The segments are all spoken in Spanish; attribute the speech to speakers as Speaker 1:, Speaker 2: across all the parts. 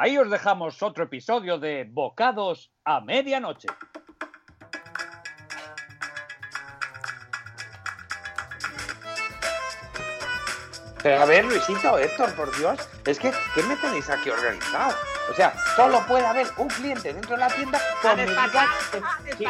Speaker 1: Ahí os dejamos otro episodio de Bocados a Medianoche.
Speaker 2: Pero a ver, Luisito, Héctor, por Dios, es que, ¿qué me tenéis aquí organizado? O sea, solo puede haber un cliente dentro de la tienda con medidas... Sí, sí,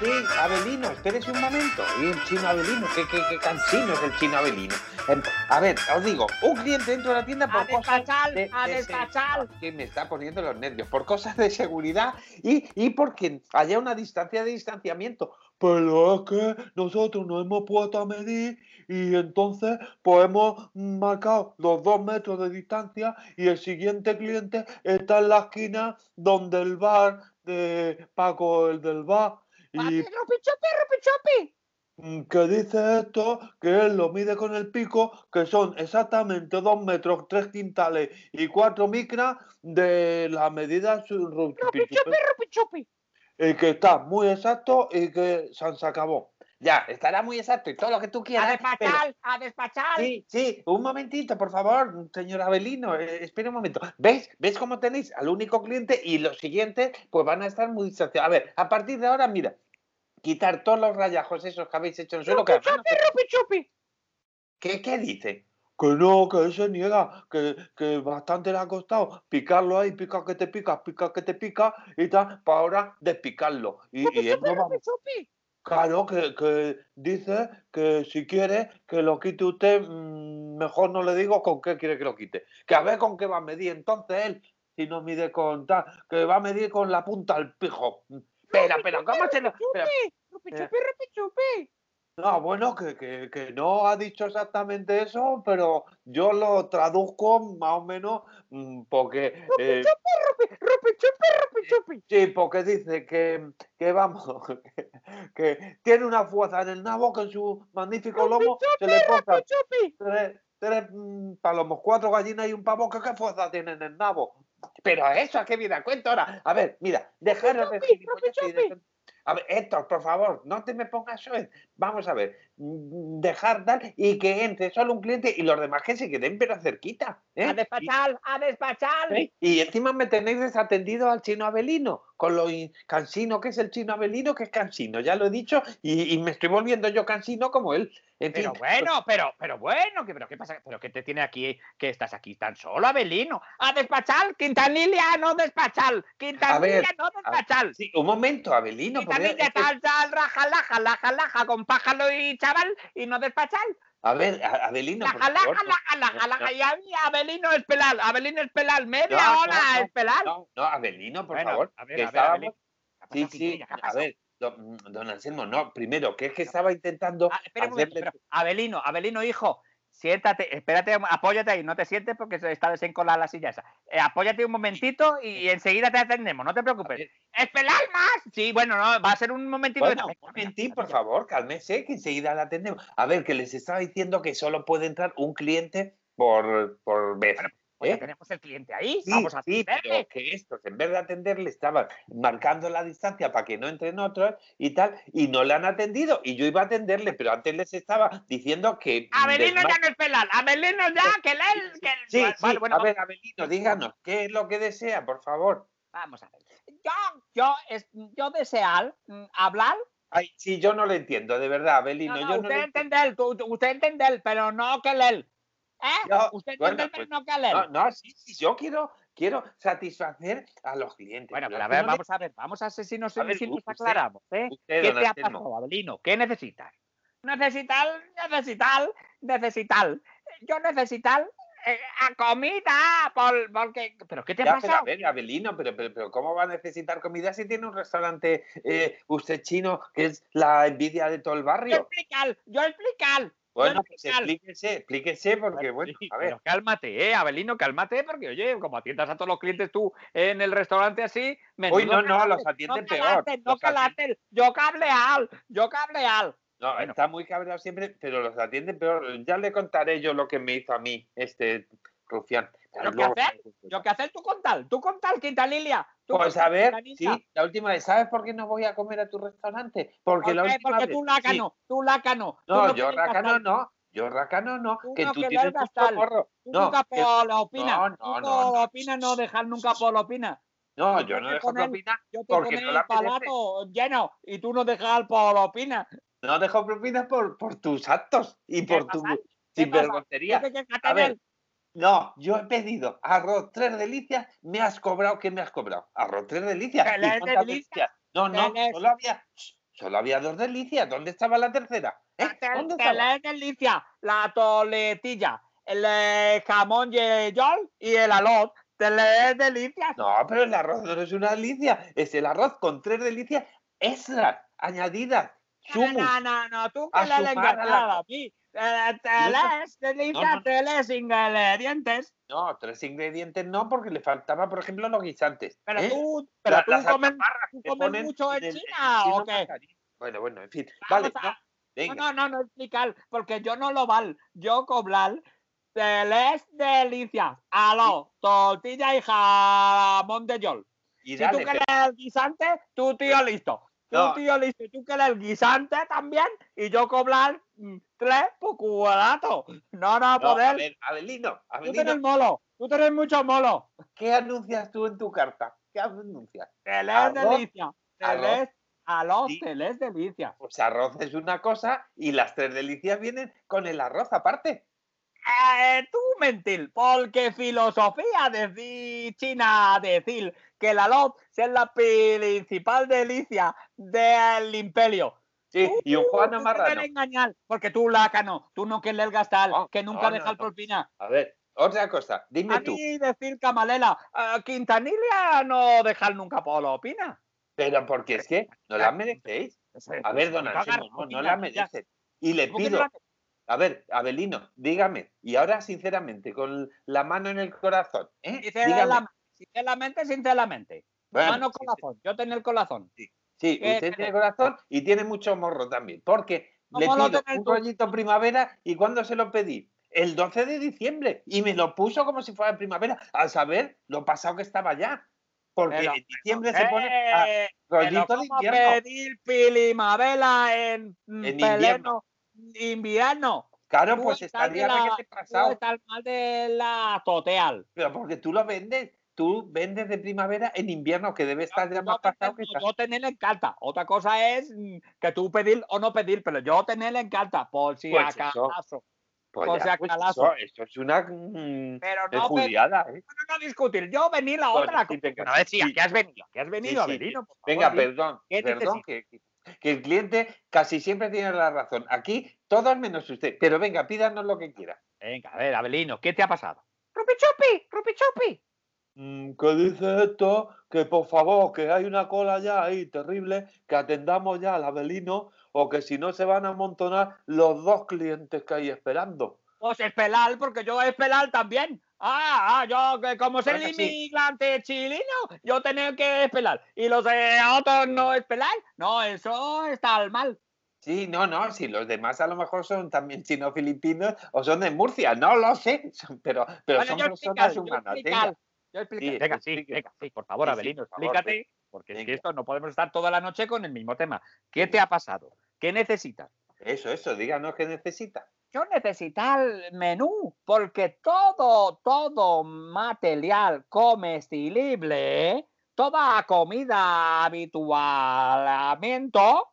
Speaker 2: sí, Abelino, espérese un momento. Y el chino Abelino, qué, qué, qué cansino es el chino Abelino. Em, a ver, os digo, un cliente dentro de la tienda por
Speaker 3: A
Speaker 2: cosas
Speaker 3: despachar, a
Speaker 2: se-
Speaker 3: despachar.
Speaker 2: que me está poniendo los nervios, por cosas de seguridad y, y porque haya una distancia de distanciamiento. Pero es que nosotros nos hemos puesto a medir y entonces pues hemos marcado los dos metros de distancia y el siguiente cliente está en la esquina donde el bar de Paco, el del bar. Y
Speaker 3: Rupi chupi, rupi chupi.
Speaker 2: mm, que dice esto, que él lo mide con el pico, que son exactamente dos metros, tres quintales y cuatro micras de la medida su- ru-
Speaker 3: Rupi
Speaker 2: pichu-
Speaker 3: chupi, rupi chupi.
Speaker 2: y que está muy exacto y que se acabó. Ya, estará muy exacto y todo lo que tú
Speaker 3: A
Speaker 2: quieras. pero-
Speaker 3: despachar, a despachar.
Speaker 2: Sí, sí, un momentito, por favor, señor Abelino, eh, espere un momento. ¿Ves? ¿Ves cómo tenéis al único cliente y los siguientes pues van a estar muy distanciados? A ver, a partir de ahora, mira, quitar todos los rayajos esos que habéis hecho en el suelo. Que, además no-
Speaker 3: Rupi chupi.
Speaker 2: ¿Qué, qué dice? Que no, que él se niega, que, que bastante le ha costado picarlo ahí, pica que te pica, pica que te pica y tal, para ahora despicarlo. Y, y él no va-
Speaker 3: Rupi chupi.
Speaker 2: Claro, que, que dice que si quiere que lo quite usted, mm, mejor no le digo con qué quiere que lo quite. Que a ver con qué va a medir entonces él, si no mide con tal, que va a medir con la punta al pijo. Espera, pero ¿cómo se lo...? pero-
Speaker 3: Rupi
Speaker 2: Eh.
Speaker 3: chupi, rupi chupi.
Speaker 2: no, bueno, que, que, que no ha dicho exactamente eso, pero yo lo traduzco más o menos mm, porque... eh,
Speaker 3: Rupi, rupi chupi, rupi chupi.
Speaker 2: Sí, porque dice que, que vamos, que, que tiene una fuerza en el nabo que en su magnífico lomo se le
Speaker 3: Rupi
Speaker 2: posan
Speaker 3: chupi.
Speaker 2: tres, tres, mm, palomos, cuatro gallinas y un pavo. ¿Qué, qué fuerza tiene en el nabo? Pero eso es que viene a cuento ahora. A ver, mira, dejaros de
Speaker 3: Chupi,
Speaker 2: gilipolleces y
Speaker 3: chupi,
Speaker 2: de-
Speaker 3: chupi.
Speaker 2: A ver, Héctor, por favor, no te me pongas eso. en- Vamos a ver, mm, dejar dar y que entre solo un cliente y los demás que se queden pero cerquita. ¿eh?
Speaker 3: A despachar, a despachar.
Speaker 2: ¿Sí? Y encima me tenéis desatendido al chino abelino, con lo in- cansino que es el chino abelino, que es cansino, ya lo he dicho, y, y me estoy volviendo yo cansino como él. En
Speaker 4: Pero pues
Speaker 2: fin,
Speaker 4: bueno, pero, pero bueno, que, pero qué pasa, pero qué te tiene aquí, que estás aquí tan solo, Abelino.
Speaker 3: A despachar, Quintanilla, no despachar. Quintanilla,
Speaker 2: ver,
Speaker 3: no despachar.
Speaker 2: sí, un momento, abelino.
Speaker 3: Y
Speaker 2: por Dios,
Speaker 3: también de
Speaker 2: es que-
Speaker 3: tal, tal, raja, laja, laja, laja, con pájaro y chaval, y no despachar.
Speaker 2: a ver, a- abelino. por
Speaker 3: Laja,
Speaker 2: favor,
Speaker 3: laja, laja, laja,
Speaker 2: no,
Speaker 3: laja. Y a mí, Abelino es pelar, Abelino es pelar, media
Speaker 2: No, no,
Speaker 3: hora
Speaker 2: no,
Speaker 3: es pelar.
Speaker 2: no, no, abelino, por
Speaker 4: Bueno,
Speaker 2: favor.
Speaker 4: a ver,
Speaker 2: que
Speaker 4: a ver,
Speaker 2: estábamos-
Speaker 4: Abelino, ¿Qué ha pasado,
Speaker 2: sí, sí,
Speaker 4: Quintilla? ¿Qué ha
Speaker 2: a
Speaker 4: pasado?
Speaker 2: ver, don, don Anselmo, no, primero, que es que estaba intentando
Speaker 4: Ah, espera un momento,
Speaker 2: hacerle-
Speaker 4: espera. Abelino, Abelino, hijo, siéntate, espérate, apóyate ahí, no te sientes porque se está desencolada la silla esa. Eh, apóyate un momentito y enseguida te atendemos, no te
Speaker 2: A
Speaker 4: preocupes.
Speaker 2: ver,
Speaker 4: ¡Esperar más! Sí, bueno, no, va a ser un momentito.
Speaker 2: Bueno,
Speaker 4: de-
Speaker 2: un momentín, por favor, cálmese, que enseguida la atendemos. A ver, que les estaba diciendo que solo puede entrar un cliente por, por vez.
Speaker 4: Bueno, Pues ya
Speaker 2: ¿eh?
Speaker 4: tenemos el cliente ahí,
Speaker 2: Sí,
Speaker 4: vamos a
Speaker 2: sí, pero
Speaker 4: atenderle.
Speaker 2: que estos, en vez de atenderle, estaban marcando la distancia para que no entren otros y tal, y no le han atendido. Y yo iba a atenderle, pero antes les estaba diciendo que.
Speaker 3: Abelino
Speaker 2: desma-
Speaker 3: ya no es pelar, Abelino ya, que él, que
Speaker 2: Sí,
Speaker 4: Ah, Vale,
Speaker 2: sí,
Speaker 4: bueno,
Speaker 2: a
Speaker 4: vamos.
Speaker 2: ver, Abelino, díganos, ¿qué es lo que desea, por favor?
Speaker 4: Vamos a ver.
Speaker 3: yo, yo, es, yo desear mm, hablar.
Speaker 2: Ay, sí, yo no lo entiendo, de verdad,
Speaker 3: No,
Speaker 2: Abelino.
Speaker 3: no,
Speaker 2: yo no
Speaker 3: usted
Speaker 2: lo entiendo.
Speaker 3: entiende él, tú- tú- usted entiende él, pero no que él. ¿Eh?
Speaker 2: Yo-
Speaker 3: usted
Speaker 2: bueno,
Speaker 3: entiende él,
Speaker 2: pues,
Speaker 3: pero no que él.
Speaker 2: No, no, sí, sí, yo quiero, quiero satisfacer a los clientes.
Speaker 4: Bueno, pero
Speaker 2: pero
Speaker 4: eh, a
Speaker 2: es que
Speaker 4: ver,
Speaker 2: no le-
Speaker 4: vamos a ver, vamos a ver si nos,
Speaker 2: A ver,
Speaker 4: si nos
Speaker 2: usted-
Speaker 4: aclaramos. ¿eh?
Speaker 2: usted,
Speaker 4: ¿Qué
Speaker 2: don
Speaker 4: te ha
Speaker 2: Anselmo.
Speaker 4: pasado, Abelino? ¿Qué necesitas?
Speaker 3: Necesitar, necesitar, necesitar. Yo necesitar eh, a comida, por, porque.
Speaker 4: ¿Pero qué te
Speaker 2: Ya,
Speaker 4: ha
Speaker 2: pero a
Speaker 4: pasado?
Speaker 2: ver, Abelino, pero, pero, pero ¿cómo va a necesitar comida si tiene un restaurante eh, usted chino que es la envidia de todo el
Speaker 3: Yo
Speaker 2: barrio?
Speaker 3: explicar, yo explicar.
Speaker 2: Bueno, pues
Speaker 3: explicar.
Speaker 2: explíquese, explíquese, porque bueno,
Speaker 4: Sí,
Speaker 2: a ver,
Speaker 4: Pero cálmate, eh, Abelino, cálmate, porque oye, como atiendas a todos los clientes tú en el restaurante así, menudo
Speaker 2: hoy no, no,
Speaker 4: carácter.
Speaker 2: los atienden
Speaker 3: No
Speaker 2: peor.
Speaker 3: calate, no
Speaker 2: los atienden-
Speaker 3: calate. Yo cableal, yo cableal.
Speaker 2: No,
Speaker 4: Bueno.
Speaker 2: está muy cabreado siempre, pero los atienden peor. Ya le contaré yo lo que me hizo a mí este rufián.
Speaker 3: Pero ¿qué
Speaker 2: Luego-
Speaker 3: hacer? Yo qué hacer tú con tal, tú con tal, Quinta Lilia. tú
Speaker 2: Pues
Speaker 3: con
Speaker 2: a
Speaker 3: tal,
Speaker 2: ver, sí,
Speaker 3: Quintanilla.
Speaker 2: la última vez, ¿sabes por qué no voy a comer a tu restaurante?
Speaker 3: ¿Por
Speaker 2: Porque
Speaker 3: qué?
Speaker 2: la última
Speaker 3: Porque
Speaker 2: vez-
Speaker 3: tú
Speaker 2: sí,
Speaker 3: lácano, tú lácano. tú
Speaker 2: No,
Speaker 3: no
Speaker 2: yo
Speaker 3: quieres
Speaker 2: rácano
Speaker 3: gastar.
Speaker 2: no. Yo, Racano, no.
Speaker 3: Uno
Speaker 2: Que tú
Speaker 3: que
Speaker 2: tienes
Speaker 3: valga
Speaker 2: mucho
Speaker 3: tal.
Speaker 2: morro.
Speaker 3: Tú
Speaker 2: No,
Speaker 3: nunca
Speaker 2: que-
Speaker 3: por la opina.
Speaker 2: No, no,
Speaker 3: Tú
Speaker 2: no,
Speaker 3: por
Speaker 2: no.
Speaker 3: la opina no dejar nunca por la opina.
Speaker 2: no,
Speaker 3: tú
Speaker 2: yo no
Speaker 3: te
Speaker 2: dejo
Speaker 3: ponen-
Speaker 2: propina.
Speaker 3: Yo te
Speaker 2: Porque
Speaker 3: comí
Speaker 2: no la
Speaker 3: el palato lleno y tú no dejas por la opina.
Speaker 2: No dejo propina por, por tus actos y
Speaker 3: ¿Qué
Speaker 2: por tu
Speaker 3: pasa? ¿Qué pasa?
Speaker 2: sinvergoncería.
Speaker 3: Tú te quejas
Speaker 2: A
Speaker 3: en
Speaker 2: ver,
Speaker 3: él.
Speaker 2: No, yo he pedido arroz tres delicias, me has cobrado, ¿qué me has cobrado? Arroz tres delicias.
Speaker 3: Tres
Speaker 2: ¿y cuántas
Speaker 3: delicias,
Speaker 2: No, no,
Speaker 3: tres.
Speaker 2: solo había, solo había dos delicias. ¿Dónde estaba la tercera? ¿Eh?
Speaker 3: La tel-
Speaker 2: ¿Dónde
Speaker 3: tel-
Speaker 2: estaba?
Speaker 3: es delicia, la toletilla, el eh, jamón y yol y el alot. Te le es delicia.
Speaker 2: No, pero el arroz no es una delicia, es el arroz con tres delicias extras, añadidas,
Speaker 3: No,
Speaker 2: sumus.
Speaker 3: no, no, no, tú
Speaker 2: A
Speaker 3: que le le
Speaker 2: sumar a la-
Speaker 3: engañada a mí. Eh,
Speaker 2: No,
Speaker 3: Te
Speaker 2: no.
Speaker 3: le es delicia,
Speaker 2: No, no.
Speaker 3: te le sin ingredientes.
Speaker 2: No, tres ingredientes no, porque le faltaba, por ejemplo, los guisantes.
Speaker 3: Pero
Speaker 2: ¿eh?
Speaker 3: tú, pero
Speaker 2: La-
Speaker 3: tú
Speaker 2: las
Speaker 3: comes,
Speaker 2: alcaparras
Speaker 3: tú
Speaker 2: que
Speaker 3: comes
Speaker 2: ponen
Speaker 3: mucho en
Speaker 2: el- el
Speaker 3: China,
Speaker 2: chino
Speaker 3: ¿o qué?
Speaker 2: mandarín. Bueno, bueno, en fin.
Speaker 3: Vamos
Speaker 2: Vale,
Speaker 3: a-
Speaker 2: no, venga.
Speaker 3: No, no, no, no explicar, porque yo no lo val. Yo cobral. Te le es delicia, aló, tortilla y jamón de yol.
Speaker 2: y
Speaker 3: Si
Speaker 2: dale,
Speaker 3: tú
Speaker 2: pero-
Speaker 3: quieres el guisante, tú tío listo. Tú
Speaker 2: No.
Speaker 3: tío listo. Y tú quieres el guisante también. Y yo cobrar mm, tres por cuadrato. No, no,
Speaker 2: No, a
Speaker 3: poder.
Speaker 2: ver, Abelino,
Speaker 3: tú
Speaker 2: Abelino,
Speaker 3: tienes molo. Tú tienes mucho molo.
Speaker 2: ¿qué anuncias tú en tu carta? ¿Qué anuncias?
Speaker 3: Te lees
Speaker 2: Arroz,
Speaker 3: delicia. Te
Speaker 2: arroz.
Speaker 3: lees aló,
Speaker 2: Sí.
Speaker 3: te lees delicia.
Speaker 2: Pues arroz es una cosa y las tres delicias vienen con el arroz aparte.
Speaker 3: Eh, tú mentil, porque filosofía decir China decir que la loz es la principal delicia del imperio.
Speaker 2: Sí, y un
Speaker 3: Uh,
Speaker 2: Juan
Speaker 3: tú te
Speaker 2: Amarrano.
Speaker 3: quieres engañar, porque tú lácano, tú no quieres gastar,
Speaker 2: No,
Speaker 3: que nunca
Speaker 2: no,
Speaker 3: dejas
Speaker 2: no, no.
Speaker 3: propina.
Speaker 2: A ver, otra cosa, dime
Speaker 3: A
Speaker 2: tú.
Speaker 3: mí decir Camalela, a Quintanilla no dejar nunca por la opina.
Speaker 2: Pero porque es que no la merecéis. A ver, don
Speaker 3: Cagar
Speaker 2: Anselmo, no, no
Speaker 3: propina,
Speaker 2: la
Speaker 3: ya.
Speaker 2: merecen. Y le
Speaker 3: ¿Cómo que
Speaker 2: pido,
Speaker 3: no la-
Speaker 2: a ver, Abelino, dígame, y ahora sinceramente, con la mano en el corazón, ¿eh?
Speaker 3: Sinceramente,
Speaker 2: Dígame.
Speaker 3: sinceramente, sinceramente.
Speaker 2: Bueno,
Speaker 3: Mano
Speaker 2: sí, sí.
Speaker 3: corazón, yo tenía el corazón.
Speaker 2: Sí,
Speaker 3: Eh,
Speaker 2: usted tiene
Speaker 3: espere.
Speaker 2: corazón y tiene mucho morro también, porque le
Speaker 3: ¿Cómo lo
Speaker 2: pido
Speaker 3: tenés
Speaker 2: un
Speaker 3: tú?
Speaker 2: rollito primavera y cuando se lo pedí, el 12 de diciembre, y me lo puso como si fuera primavera, al saber lo pasado que estaba ya. Porque
Speaker 3: Pero,
Speaker 2: en diciembre se pone a
Speaker 3: Ah, Eh, Pero
Speaker 2: rollito de
Speaker 3: ¿cómo
Speaker 2: invierno.
Speaker 3: pedir pilimavela en, mm,
Speaker 2: En
Speaker 3: pleno invierno?
Speaker 2: Claro,
Speaker 3: tú
Speaker 2: pues
Speaker 3: estás de
Speaker 2: estaría
Speaker 3: la-
Speaker 2: requete
Speaker 3: Tú
Speaker 2: pasado,
Speaker 3: estás mal de la toteal.
Speaker 2: pero porque tú lo vendes, tú vendes de primavera en invierno, que debe estar ya
Speaker 3: yo
Speaker 2: más pasado que está.
Speaker 3: yo tener en carta. Otra cosa es mm, que tú pedir o no pedir, pero yo tener en carta por si
Speaker 2: Pues eso.
Speaker 3: acaso.
Speaker 2: Pues
Speaker 3: o
Speaker 2: ya,
Speaker 3: sea,
Speaker 2: pues
Speaker 3: calazo.
Speaker 2: eso, eso es una mm,
Speaker 3: Pero no, pe-
Speaker 2: juliada, ¿eh?
Speaker 3: no, no discutir. Yo venir la
Speaker 2: Bueno,
Speaker 3: otra. la
Speaker 2: Pues sí,
Speaker 3: cosa que
Speaker 2: venga,
Speaker 3: Pues no decía
Speaker 2: sí.
Speaker 3: que has venido. Que has venido,
Speaker 2: sí,
Speaker 3: Avelino, por favor,
Speaker 2: Venga,
Speaker 3: di.
Speaker 2: perdón,
Speaker 3: ¿Qué
Speaker 2: perdón, que, que el cliente casi siempre tiene la razón. Aquí, todos menos usted. Pero venga, pídanos lo que quiera.
Speaker 4: Venga, a ver, Abelino, ¿qué te ha pasado?
Speaker 3: Rupi chupi, rupi chupi.
Speaker 2: ¿Qué Mm, dice esto? Que por favor, que hay una cola ya ahí terrible, que atendamos ya al Abelino, o que si no se van a amontonar los dos clientes que hay esperando.
Speaker 3: Pues es pelal, porque yo es pelal también. Ah, ah, yo que como soy
Speaker 2: Bueno, sí.
Speaker 3: inmigrante chileno, yo tengo que espelar. Y los eh, otros no espelar. No, eso está mal.
Speaker 2: Sí, no, no, si los demás a lo mejor son también chino-filipinos o son de Murcia, no lo sé, son- pero, pero
Speaker 3: Bueno,
Speaker 2: son
Speaker 3: yo
Speaker 2: personas
Speaker 3: explicar, yo
Speaker 2: humanas.
Speaker 3: explicar,
Speaker 2: venga.
Speaker 3: yo explicar.
Speaker 2: Sí,
Speaker 4: Venga, sí,
Speaker 2: explique.
Speaker 4: venga, sí, por favor,
Speaker 2: Sí, sí,
Speaker 4: Abelino,
Speaker 2: por favor,
Speaker 4: explícate,
Speaker 2: venga.
Speaker 4: porque es que
Speaker 2: Venga.
Speaker 4: esto no podemos estar toda la noche con el mismo tema. ¿Qué te ha pasado? ¿Qué necesitas?
Speaker 2: Eso, eso, díganos qué necesita.
Speaker 3: Yo necesitar menú, porque todo, todo material comestible, toda comida habitualamiento,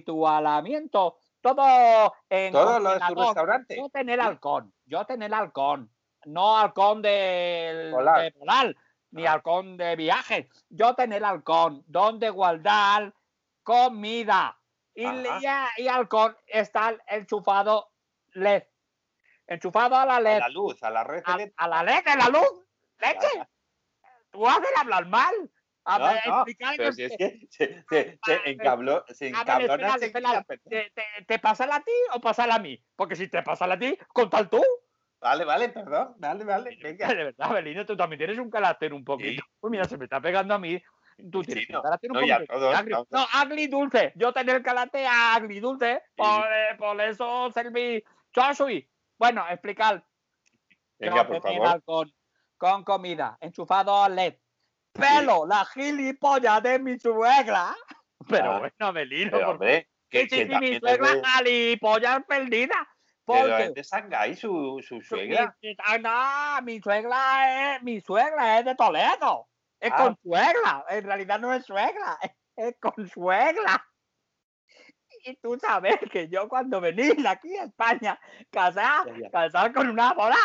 Speaker 3: habitualamiento, todo en
Speaker 2: Todo lo de su
Speaker 3: congelador,
Speaker 2: restaurante.
Speaker 3: Yo tener halcón, yo tener halcón, no halcón del- de
Speaker 2: Polar.
Speaker 3: polar, ni
Speaker 2: Ah.
Speaker 3: halcón de viaje, yo tener halcón, donde guardar comida. Y, le-
Speaker 2: Ajá.
Speaker 3: y a- y halcón está enchufado LED, enchufado a la
Speaker 2: A
Speaker 3: LED,
Speaker 2: la luz, a la red
Speaker 3: a,
Speaker 2: eléctrica.
Speaker 3: a la LED de la luz, leche.
Speaker 2: Claro.
Speaker 3: Tú haces hablar mal. A
Speaker 2: No,
Speaker 3: ver,
Speaker 2: no,
Speaker 3: explicar
Speaker 2: Pero
Speaker 3: que-
Speaker 2: si es que se, se- se encabló, se
Speaker 3: a Ah, ver, Ah, espera,
Speaker 2: encablona enseguida,
Speaker 3: espera.
Speaker 2: perdón.
Speaker 3: ¿Te, te, te pasa a ti o pasa a mí? Porque si te pasa a ti, con tal tú.
Speaker 2: Vale, vale, perdón, vale, vale, venga.
Speaker 4: De verdad, Abelino, tú también tienes un carácter un poquito. Uy, mira, se me está pegando a mí. Tú
Speaker 2: Sí,
Speaker 4: tienes
Speaker 2: no,
Speaker 4: un carácter un
Speaker 2: No, ya
Speaker 4: poquito.
Speaker 2: todos,
Speaker 4: agrio.
Speaker 2: todos.
Speaker 3: No, agridulce. Yo tenía el calate agridulce. Por, eh, por eso serví chasui. Bueno, explicar.
Speaker 2: venga, por
Speaker 3: Yo tenía
Speaker 2: favor.
Speaker 3: Con, con comida, enchufado a LED. Pelo, la gilipollas de mi suegra.
Speaker 4: Pero
Speaker 2: Ah.
Speaker 4: bueno, Abelino,
Speaker 2: Pero
Speaker 4: por
Speaker 2: hombre, que,
Speaker 3: Que
Speaker 2: que
Speaker 3: si mi
Speaker 2: también
Speaker 3: suegra
Speaker 2: es de-
Speaker 3: gilipollas perdida.
Speaker 2: Pero
Speaker 3: Porque-
Speaker 2: es de Shanghái su, su
Speaker 3: Mi-
Speaker 2: suegra.
Speaker 3: mi- ah, no, mi suegra es, mi suegra es de Toledo. Es
Speaker 2: Ah.
Speaker 3: con suegra. En realidad no es suegra, es, es con suegra. Y tú sabes que yo cuando venís aquí a España, casar,
Speaker 2: Ya, ya.
Speaker 3: casar con una bola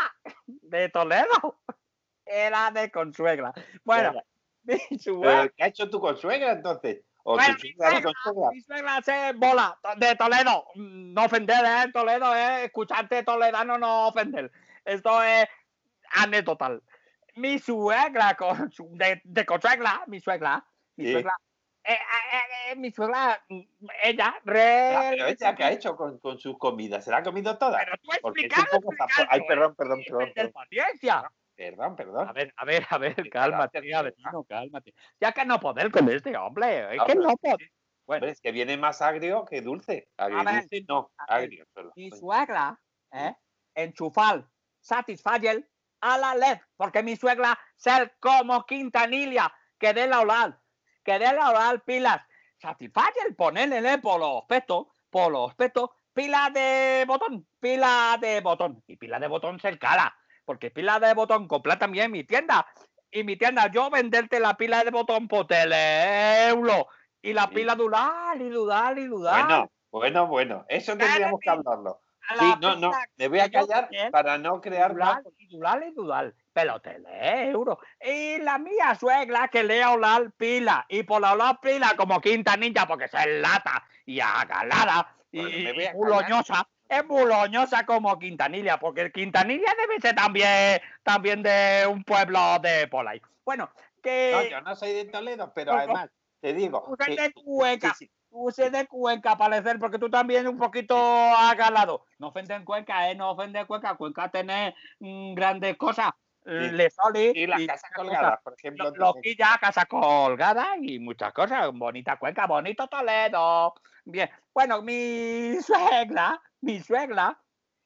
Speaker 3: de Toledo, era de consuegra. Bueno, mi suegra,
Speaker 2: Pero, ¿Qué ha hecho tu consuegra entonces? ¿O
Speaker 3: Bueno,
Speaker 2: tu suegra de
Speaker 3: suegra,
Speaker 2: consuegra?
Speaker 3: mi suegra es bola to- de Toledo. Mm, No ofender, ¿eh? Toledo, ¿eh? Escucharte toledano no ofender. Esto es anecdotal. Mi suegra, con su- de, de consuegra, mi suegra, mi
Speaker 2: Sí.
Speaker 3: suegra, eh, eh, eh, eh, mi suegra, mm, ella,
Speaker 2: Ah,
Speaker 3: re...
Speaker 2: Pero ella, ¿qué ha hecho con, con sus comidas? ¿Se la ha comido toda?
Speaker 3: Pero tú
Speaker 2: Porque es
Speaker 3: explicado, eh,
Speaker 2: un poco zapo- Ay, perdón, perdón, perdón, perdón,
Speaker 3: paciencia.
Speaker 2: perdón,
Speaker 3: A
Speaker 2: perdón.
Speaker 3: ver, a ver, a ver,
Speaker 2: Sí,
Speaker 3: cálmate,
Speaker 2: gracias,
Speaker 3: Avelino, cálmate. Ya que no poder con este
Speaker 4: eh,
Speaker 3: hombre, es
Speaker 2: No,
Speaker 3: que
Speaker 2: pero-
Speaker 3: no poder.
Speaker 2: Hombre, es que viene más agrio que dulce.
Speaker 3: ver,
Speaker 2: Agridulce no,
Speaker 3: a ver,
Speaker 2: agrio solo.
Speaker 3: mi
Speaker 2: Coño.
Speaker 3: suegra, ¿eh? enchufal, satisfayer a la led, porque mi suegra ser como Quintanilla, que dé la oral, que dé la oral pilas, satisfayer, ponerle E por los aspectos, por los aspectos, pila de botón, pila de botón, y pila de botón ser cara, porque pila de botón compra también mi tienda, y mi tienda, yo venderte la pila de botón por teleeuro, y la
Speaker 2: Sí.
Speaker 3: pila dudal, y dudal, y dudal.
Speaker 2: Bueno, bueno, bueno. Eso
Speaker 3: Cállate.
Speaker 2: tendríamos que hablarlo.
Speaker 3: a
Speaker 2: Sí,
Speaker 3: la
Speaker 2: no, no.
Speaker 3: pila
Speaker 2: Me voy a
Speaker 3: que yo
Speaker 2: callar
Speaker 3: quiero.
Speaker 2: para no crear más.
Speaker 3: Dural, Dural y Dural, pero euro. Y la mía suegra que le la pila, y por la olar pila como Quintanilla, porque se lata y agalada y,
Speaker 2: Bueno, me voy a
Speaker 3: y buloñosa. Es buloñosa como Quintanilla, porque Quintanilla debe ser también, también de un pueblo de por ahí. Bueno,
Speaker 2: No,
Speaker 3: que
Speaker 2: yo no soy de Toledo, pero
Speaker 3: no, no.
Speaker 2: además, te digo. eh,
Speaker 3: Usted
Speaker 2: que-
Speaker 3: de Cuenca.
Speaker 2: sí, sí,
Speaker 3: use de Cuenca, parecer, porque tú también un poquito agalado. No ofenden Cuenca, ¿eh? No ofenden Cuenca. Cuenca tiene mm, grandes cosas. Le Soli
Speaker 2: Y las casas colgadas, por ejemplo.
Speaker 3: Lo-
Speaker 2: entonces, eh,
Speaker 3: Loquilla, casa colgada y muchas cosas. Bonita cuenca, bonito Toledo. Bien. Bueno, mi suegra, mi suegra,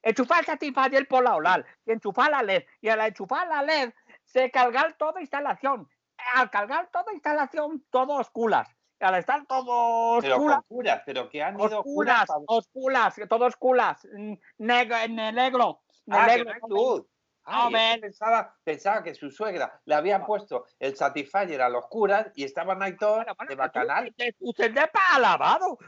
Speaker 3: enchufar satisfacer por la oral y enchufar la LED. Y al enchufar la LED, se cargar toda instalación. Al cargar toda instalación, todo oscuras. Y al estar todo
Speaker 2: Pero
Speaker 3: oscuras,
Speaker 2: con curas, pero que han ido
Speaker 3: oscuras,
Speaker 2: curas. a-
Speaker 3: oscuras, todo oscuras, mm, neg- en el negro, en el
Speaker 2: Ah, que
Speaker 3: negro,
Speaker 2: no hay luz. Ay,
Speaker 3: Hombre.
Speaker 2: yo pensaba, pensaba que su suegra le había puesto el Satisfyer a los curas y estaban ahí todos
Speaker 3: Bueno, bueno, que
Speaker 2: de
Speaker 3: tú-
Speaker 2: bacanal.
Speaker 3: que Usted es para alabado.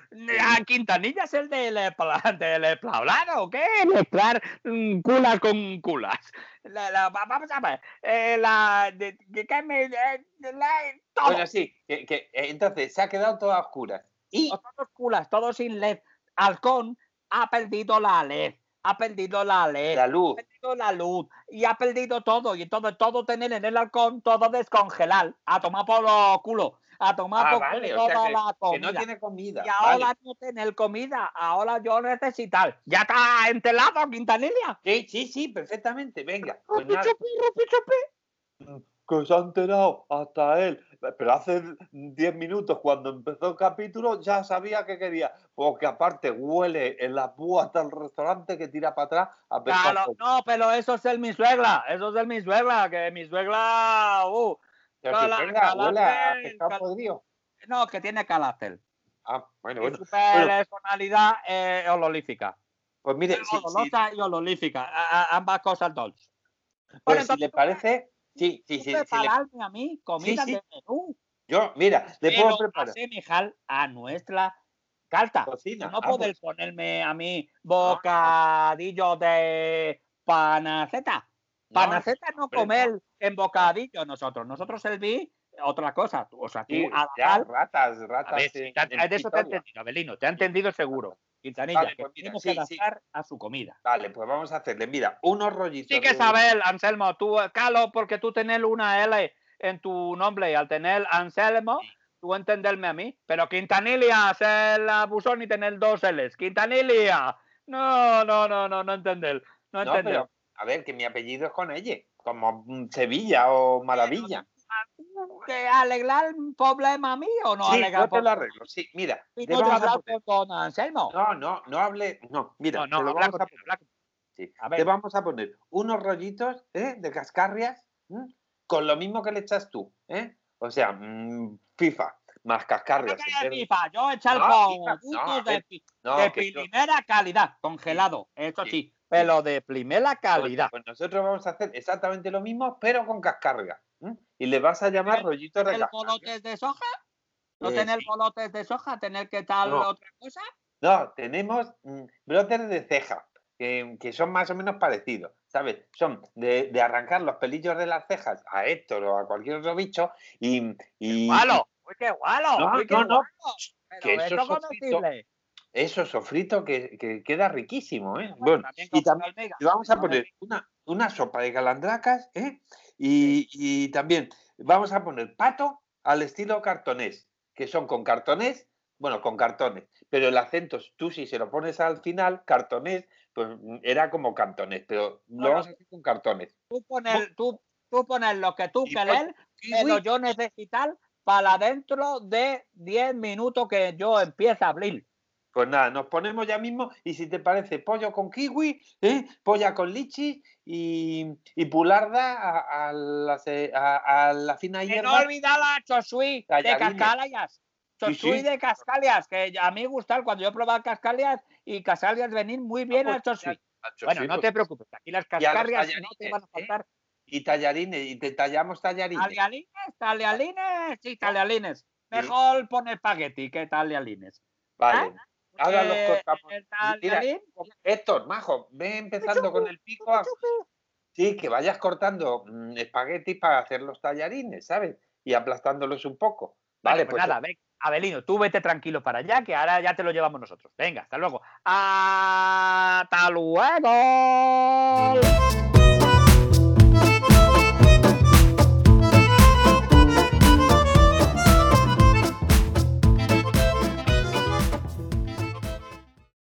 Speaker 3: A Quintanilla es el del espla- del esplablado, ¿qué? Mezclar mm, culas con culas. La- la- va- vamos a ver. eh, la, de- que- que me- eh, la- todo.
Speaker 2: Bueno, sí, que, que, eh, entonces se ha quedado toda a oscuras. Y
Speaker 3: todos culas, todos sin LED. Halcón ha perdido la LED. Ha perdido la LED.
Speaker 2: la luz.
Speaker 3: ha perdido la luz y ha perdido todo y todo todo tener en el halcón todo descongelar a tomar por los culo a tomar
Speaker 2: Ah,
Speaker 3: por
Speaker 2: vale,
Speaker 3: culo
Speaker 2: o sea
Speaker 3: toda la
Speaker 2: Que no
Speaker 3: comida
Speaker 2: tiene comida.
Speaker 3: y ahora
Speaker 2: vale.
Speaker 3: no tener comida ahora yo necesitar ya está entelado Quintanilla
Speaker 2: Sí, sí, sí, perfectamente. Venga. pues
Speaker 3: Rupi
Speaker 2: nada.
Speaker 3: chupi, rupi chupi.
Speaker 2: que se ha enterado hasta él, pero hace 10 minutos cuando empezó el capítulo ya sabía que quería, porque aparte huele en la púa hasta el restaurante que tira para atrás a pesar
Speaker 3: Claro,
Speaker 2: de-
Speaker 3: no pero eso es el mi suegra eso es el mi suegra que mi suegra uh,
Speaker 2: Pero si
Speaker 3: cala-
Speaker 2: venga, huele a
Speaker 3: calafel,
Speaker 2: pescado
Speaker 3: cal-
Speaker 2: podrido.
Speaker 3: no que tiene carácter
Speaker 2: Ah, bueno,
Speaker 3: y
Speaker 2: bueno.
Speaker 3: su personalidad eh, ololífica
Speaker 2: Pues mire, si, si-
Speaker 3: olorosa y ololífica a- a- ambas cosas dos
Speaker 2: pues
Speaker 3: Bueno,
Speaker 2: si le
Speaker 3: entonces,
Speaker 2: parece, sí, sí,
Speaker 3: tú
Speaker 2: sí, sí le-
Speaker 3: prepararme a mí comida
Speaker 2: sí.
Speaker 3: de menú.
Speaker 2: yo, mira, le
Speaker 3: pero
Speaker 2: puedo preparar
Speaker 3: asemejal a nuestra carta.
Speaker 2: cocina.
Speaker 3: No
Speaker 2: ah, pues.
Speaker 3: podéis ponerme a mí bocadillo de panaceta.
Speaker 2: no,
Speaker 3: Panaceta no,
Speaker 2: hombre,
Speaker 3: comer en bocadillo nosotros. Nosotros serví otra cosa. O sea, tú
Speaker 2: sí,
Speaker 3: a la
Speaker 2: ya,
Speaker 3: sal-
Speaker 2: ratas, ratas.
Speaker 4: A ver, si
Speaker 2: en-
Speaker 4: te ha-
Speaker 2: en
Speaker 4: de eso te ha
Speaker 2: Vitoria.
Speaker 4: entendido, Abelino, te ha entendido seguro.
Speaker 3: Quintanilla,
Speaker 2: vale,
Speaker 3: que
Speaker 2: pues mira,
Speaker 3: tenemos
Speaker 2: sí,
Speaker 3: que
Speaker 2: sí.
Speaker 3: adaptar a su comida.
Speaker 2: Vale, pues vamos a hacerle, mira, unos rollitos.
Speaker 4: Sí que
Speaker 2: de-
Speaker 4: sabes, Anselmo, tú, Calo, porque tú tenés una L en tu nombre y al tener Anselmo,
Speaker 2: Sí.
Speaker 4: tú entenderme a mí. Pero Quintanilla, ser la buzón y tener dos L's. Quintanilla. No, no, no, no, no entender. No
Speaker 2: No,
Speaker 4: entender.
Speaker 2: pero, a ver, que mi apellido es con ella, como mm, Sevilla o Maravilla.
Speaker 3: ¿Que alegrar el problema mío o no
Speaker 2: sí,
Speaker 3: alegrar
Speaker 2: yo te lo
Speaker 3: problema?
Speaker 2: arreglo. Sí, mira.
Speaker 3: Y
Speaker 2: le
Speaker 3: no te
Speaker 2: vamos a
Speaker 3: hablar
Speaker 2: poner-
Speaker 3: con don Anselmo.
Speaker 2: No, no, no hable. No, mira,
Speaker 4: no, no,
Speaker 2: te, lo
Speaker 4: habla
Speaker 2: vamos a,
Speaker 4: conmigo,
Speaker 2: poner,
Speaker 4: habla conmigo.
Speaker 2: sí.
Speaker 3: A
Speaker 2: Te
Speaker 3: ver.
Speaker 2: vamos a poner unos rollitos ¿eh? de cascarrias ¿m? con lo mismo que le echas tú. ¿eh? O sea, mm, FIFA más
Speaker 3: Yo
Speaker 2: cascarrias.
Speaker 3: que
Speaker 2: en vez de-
Speaker 3: FIFA, yo echar
Speaker 2: No,
Speaker 3: con
Speaker 2: FIFA, no,
Speaker 3: gustos
Speaker 2: a ver,
Speaker 3: de, pi-
Speaker 2: no,
Speaker 3: de
Speaker 2: que yo-
Speaker 3: primera calidad, congelado, eso
Speaker 2: Sí.
Speaker 3: sí. pero de primera calidad.
Speaker 2: Pues nosotros vamos a hacer exactamente lo mismo, pero con cascarga. ¿m? Y le vas a llamar rollitos de
Speaker 3: ¿El
Speaker 2: cascarga.
Speaker 3: colotes de soja? ¿No
Speaker 2: Eh,
Speaker 3: tener colotes de soja? ¿Tener que tal
Speaker 2: No.
Speaker 3: otra cosa?
Speaker 2: No, tenemos mm, brotes de ceja, que, que son más o menos parecidos, ¿sabes? Son de, de arrancar los pelillos de las cejas a Héctor o a cualquier otro bicho y... mm, y
Speaker 4: ¡Gualo!
Speaker 3: ¡Uy, qué gualo!
Speaker 2: No,
Speaker 3: uy, qué
Speaker 2: no, no.
Speaker 3: gualo!
Speaker 2: Que
Speaker 3: Pero
Speaker 2: eso
Speaker 3: eso
Speaker 2: es
Speaker 3: es comestible.
Speaker 2: Eso sofrito que, que queda riquísimo, ¿eh?
Speaker 3: Bueno,
Speaker 2: Bueno,
Speaker 3: también
Speaker 2: y
Speaker 3: con
Speaker 2: también
Speaker 3: almíbar.
Speaker 2: le vamos a poner una, una sopa de calandracas, ¿eh? Y, y también vamos a poner pato al estilo cartonés, que son con cartonés, bueno, con cartones, pero el acento, tú si se lo pones al final, cartonés, pues mm, era como cantonés, pero lo
Speaker 3: Bueno.
Speaker 2: vamos a hacer con cartones.
Speaker 3: Tú pones, tú, tú pones lo que tú
Speaker 2: Y
Speaker 3: querés, pero yo necesitar para dentro de 10 minutos que yo empiece a abrir.
Speaker 2: Pues nada, nos ponemos ya mismo y si te parece, pollo con kiwi, ¿eh? polla con lichi y, y pularda a, a la, se- a- a la fina
Speaker 3: Que
Speaker 2: hierba.
Speaker 3: no olvidar la chosui de
Speaker 2: Tallarines.
Speaker 3: cascalias.
Speaker 2: Sí,
Speaker 3: Chosui
Speaker 2: sí.
Speaker 3: de cascalias, que a mí gustar cuando yo probaba cascalias y cascalias venir muy bien
Speaker 2: Ah,
Speaker 3: al
Speaker 2: pues,
Speaker 3: chosui.
Speaker 2: Nacho,
Speaker 3: Bueno,
Speaker 2: sí,
Speaker 3: no
Speaker 2: porque-
Speaker 3: te preocupes, aquí las
Speaker 2: Y a los
Speaker 3: cascalias no te
Speaker 2: tallarines,
Speaker 3: van a
Speaker 2: ¿eh?
Speaker 3: faltar.
Speaker 2: Y tallarines, y te tallamos tallarines.
Speaker 3: Talialines, talialines, sí, talialines. Mejor pon espagueti que talialines.
Speaker 2: Vale.
Speaker 3: ¿eh?
Speaker 2: Ahora
Speaker 3: Eh,
Speaker 2: los cortamos.
Speaker 3: el
Speaker 2: Mira,
Speaker 3: talialín,
Speaker 2: Héctor, majo, ve empezando con el pico. a- Sí, que vayas cortando mm, espaguetis para hacer los tallarines, ¿sabes? Y aplastándolos un poco. Vale,
Speaker 4: Vale, pues, nada, ven, Abelino, tú vete tranquilo para allá, que ahora ya te lo llevamos nosotros. Venga, hasta luego. ¡Hasta luego!